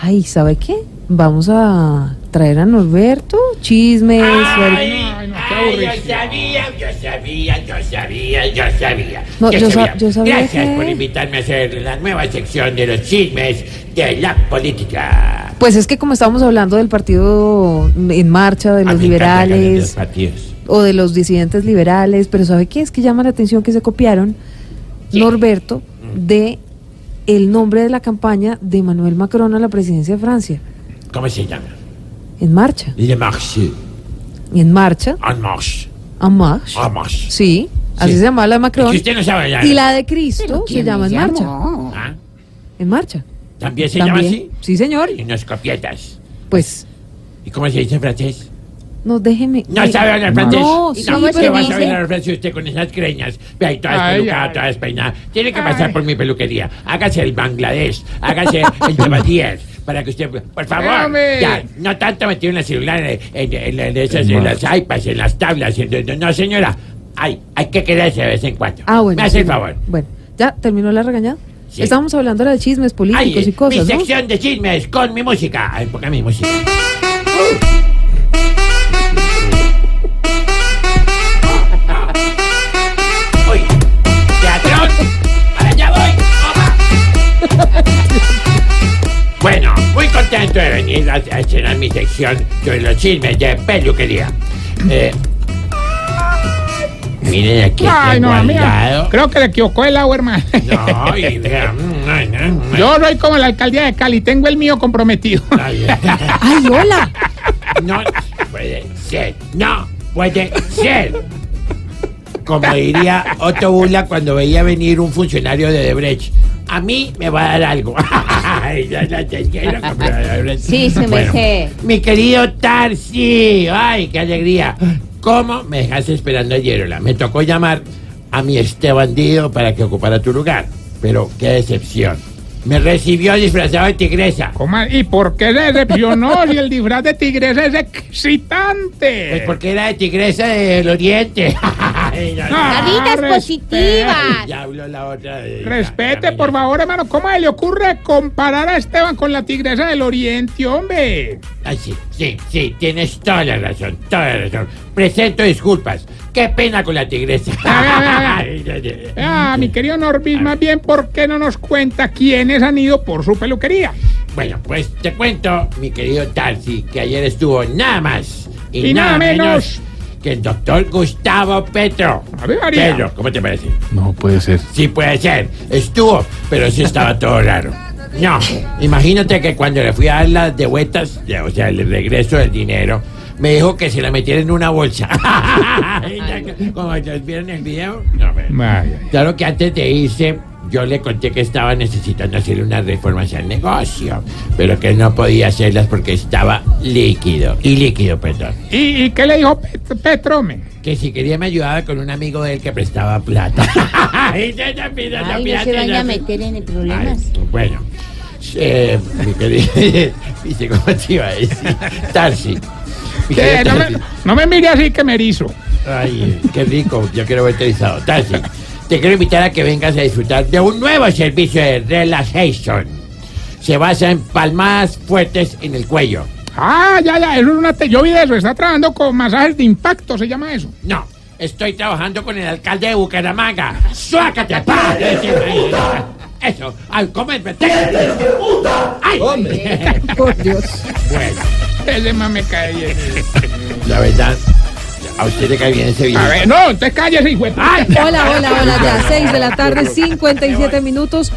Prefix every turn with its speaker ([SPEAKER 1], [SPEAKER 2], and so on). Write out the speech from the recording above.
[SPEAKER 1] Ay, ¿sabe qué? Vamos a traer a Norberto, chismes,
[SPEAKER 2] Ay,
[SPEAKER 1] ver-
[SPEAKER 2] ay, no, qué
[SPEAKER 3] Ay,
[SPEAKER 2] aburrido.
[SPEAKER 3] yo sabía, yo sabía, yo sabía, yo sabía.
[SPEAKER 1] No, yo sa- yo sabía
[SPEAKER 3] Gracias
[SPEAKER 1] que-
[SPEAKER 3] por invitarme a hacer la nueva sección de los chismes de la política.
[SPEAKER 1] Pues es que como estábamos hablando del partido en marcha, de
[SPEAKER 3] A
[SPEAKER 1] los
[SPEAKER 3] mí Ah, me encantan
[SPEAKER 1] liberales,
[SPEAKER 3] los partidos.
[SPEAKER 1] o de los disidentes liberales, pero ¿sabe qué? Es que llama la atención que se copiaron
[SPEAKER 3] Sí. Mm.
[SPEAKER 1] Norberto de el nombre de la campaña de Emmanuel Macron a la presidencia de Francia.
[SPEAKER 3] ¿Cómo se llama?
[SPEAKER 1] En marcha.
[SPEAKER 3] Le Marche.
[SPEAKER 1] Y en marcha,
[SPEAKER 3] En Marche.
[SPEAKER 1] en marche.
[SPEAKER 3] En Marche.
[SPEAKER 1] Sí, así
[SPEAKER 3] Ah. Sí.
[SPEAKER 1] se llamaba la de
[SPEAKER 3] Es
[SPEAKER 1] Macron.
[SPEAKER 3] que usted no sabe ya.
[SPEAKER 1] Y la de Cristo se
[SPEAKER 4] ¿Quién
[SPEAKER 1] llama
[SPEAKER 4] me
[SPEAKER 1] en marcha.
[SPEAKER 4] llamó?
[SPEAKER 3] Ah,
[SPEAKER 1] En marcha.
[SPEAKER 3] ¿También se llama
[SPEAKER 1] También.
[SPEAKER 3] así?
[SPEAKER 1] Sí, señor.
[SPEAKER 3] Y nos copietas.
[SPEAKER 1] Pues,
[SPEAKER 3] ¿Y cómo se dice en francés?
[SPEAKER 1] no, déjeme.
[SPEAKER 3] No
[SPEAKER 1] eh,
[SPEAKER 3] sabe hablar francés.
[SPEAKER 1] No,
[SPEAKER 3] ¿Y
[SPEAKER 1] sí,
[SPEAKER 3] ¿Cómo se
[SPEAKER 1] pero
[SPEAKER 3] va a
[SPEAKER 1] dice-
[SPEAKER 3] saber hablar francés usted con esas creñas? Ve ahí todas
[SPEAKER 2] Ay,
[SPEAKER 3] pelucadas,
[SPEAKER 2] ay.
[SPEAKER 3] todas peinadas. Tiene que pasar por mi peluquería. Hágase el Bangladesh, hágase el Jabadíes. Para que usted, por favor,
[SPEAKER 2] Espérame.
[SPEAKER 3] ya, no tanto metido en la celular, en, en- en- en esas, en las iPads, en las tablas. en- en- no, señora, hay, hay que quedarse de vez en cuando.
[SPEAKER 1] Ah, bueno.
[SPEAKER 3] Me hace el
[SPEAKER 1] sí.
[SPEAKER 3] favor.
[SPEAKER 1] Bueno, ya terminó la regañada.
[SPEAKER 3] Sí.
[SPEAKER 1] Estábamos hablando ahora de chismes políticos
[SPEAKER 3] Ay,
[SPEAKER 1] y cosas,
[SPEAKER 3] mi
[SPEAKER 1] ¿no?
[SPEAKER 3] sección de chismes con mi música. Ay, ponga mi música. Uy, teatrón. Allá voy. Opa. Bueno, muy contento de venir a, a estrenar mi sección sobre los chismes de peluquería. Eh, miren aquí.
[SPEAKER 2] Ay,
[SPEAKER 3] tengo
[SPEAKER 2] Ah, no,
[SPEAKER 3] al
[SPEAKER 2] mira.
[SPEAKER 3] lado. mm,
[SPEAKER 2] Creo que le equivocó el agua, hermano.
[SPEAKER 3] No, y vean.
[SPEAKER 2] Yo soy como la alcaldía de Cali, tengo el mío comprometido.
[SPEAKER 1] ¡Ay, hola!
[SPEAKER 3] No puede ser. No puede ser. Como diría Otto Bula cuando veía venir un funcionario de Debrecht. A mí me va a dar algo. Ay, ya la tenía, era como la de Odebrecht.
[SPEAKER 4] Sí, se me sé.
[SPEAKER 3] Mi querido Tarsi. Ay, qué alegría. ¿Cómo me dejaste esperando ayer? Ola? Me tocó llamar a mi este bandido para que ocupara tu lugar. Pero qué decepción. Me recibió disfrazado de tigresa.
[SPEAKER 2] ¿Cómo? ¿Y por qué se decepcionó si el disfraz de tigresa es excitante?
[SPEAKER 3] Pues porque era de tigresa del oriente. Ay, ya, ya.
[SPEAKER 4] Carritas
[SPEAKER 2] respete.
[SPEAKER 4] positivas.
[SPEAKER 3] Ya habló la otra. de-
[SPEAKER 2] Respete,
[SPEAKER 3] ya, ya,
[SPEAKER 2] por
[SPEAKER 3] ya.
[SPEAKER 2] favor, hermano. ¿Cómo se le ocurre comparar a Esteban con la tigresa del Oriente, hombre?
[SPEAKER 3] Ay, sí, sí, sí, tienes toda la razón, toda la razón. Presento disculpas. Qué pena con la tigresa. Ay, ya, ya, ya.
[SPEAKER 2] Ah, mi querido Norbis, más bien, ¿por qué no nos cuenta quiénes han ido por su peluquería?
[SPEAKER 3] Bueno, pues te cuento, mi querido Tarsi, que ayer estuvo nada más y,
[SPEAKER 2] Y nada menos
[SPEAKER 3] que el doctor Gustavo Petro.
[SPEAKER 2] A ver, María.
[SPEAKER 3] Pedro, ¿cómo te parece?
[SPEAKER 5] No puede ser.
[SPEAKER 3] Sí puede ser, estuvo, pero sí estaba todo raro. No, imagínate que cuando le fui a dar las de vueltas, o sea, el regreso del dinero, me dijo que se la metiera en una bolsa. Como ya vieron el video, no, pero-
[SPEAKER 2] Vaya.
[SPEAKER 3] Claro que antes de irse, yo le conté que estaba necesitando hacer unas reformas al negocio, pero que no podía hacerlas porque estaba líquido, y líquido, perdón.
[SPEAKER 2] ¿Y, y qué le dijo Pet- Petro, hombre?
[SPEAKER 3] Que si quería me ayudaba con un amigo de él que prestaba plata. Ay, no, no, no, no,
[SPEAKER 4] Ay, no
[SPEAKER 3] fíjate,
[SPEAKER 4] se vaya a
[SPEAKER 3] no,
[SPEAKER 4] meter en
[SPEAKER 3] Ay,
[SPEAKER 4] problemas.
[SPEAKER 3] bueno, eh, mi querido, dice, ¿cómo te iba a decir? Tarsi. Mi
[SPEAKER 2] Eh,
[SPEAKER 3] querido
[SPEAKER 2] no, me,
[SPEAKER 3] Tarsi.
[SPEAKER 2] no me mire así que me erizo.
[SPEAKER 3] Ay, qué rico, yo quiero verte visado. Tarsi, te quiero invitar a que vengas a disfrutar de un nuevo servicio de relaxation. Se basa en palmadas fuertes en el cuello.
[SPEAKER 2] Ah, ya, ya, eso es una te- yo vi de eso, está trabajando con masajes de impacto, se llama eso.
[SPEAKER 3] No, estoy trabajando con el alcalde de Bucaramanga. ¡Suácate, pa! Eso, ay, ¿cómo es? ¡Ay! ¡Hombre!
[SPEAKER 1] Por Dios.
[SPEAKER 3] Bueno.
[SPEAKER 2] Ese más me cae bien.
[SPEAKER 3] La verdad, a usted le cae bien ese video.
[SPEAKER 2] A ver, no, entonces cállese, hijo de-
[SPEAKER 3] ¡Ay!
[SPEAKER 1] Hola, hola, hola. Ya 6 de la tarde, 57 minutos.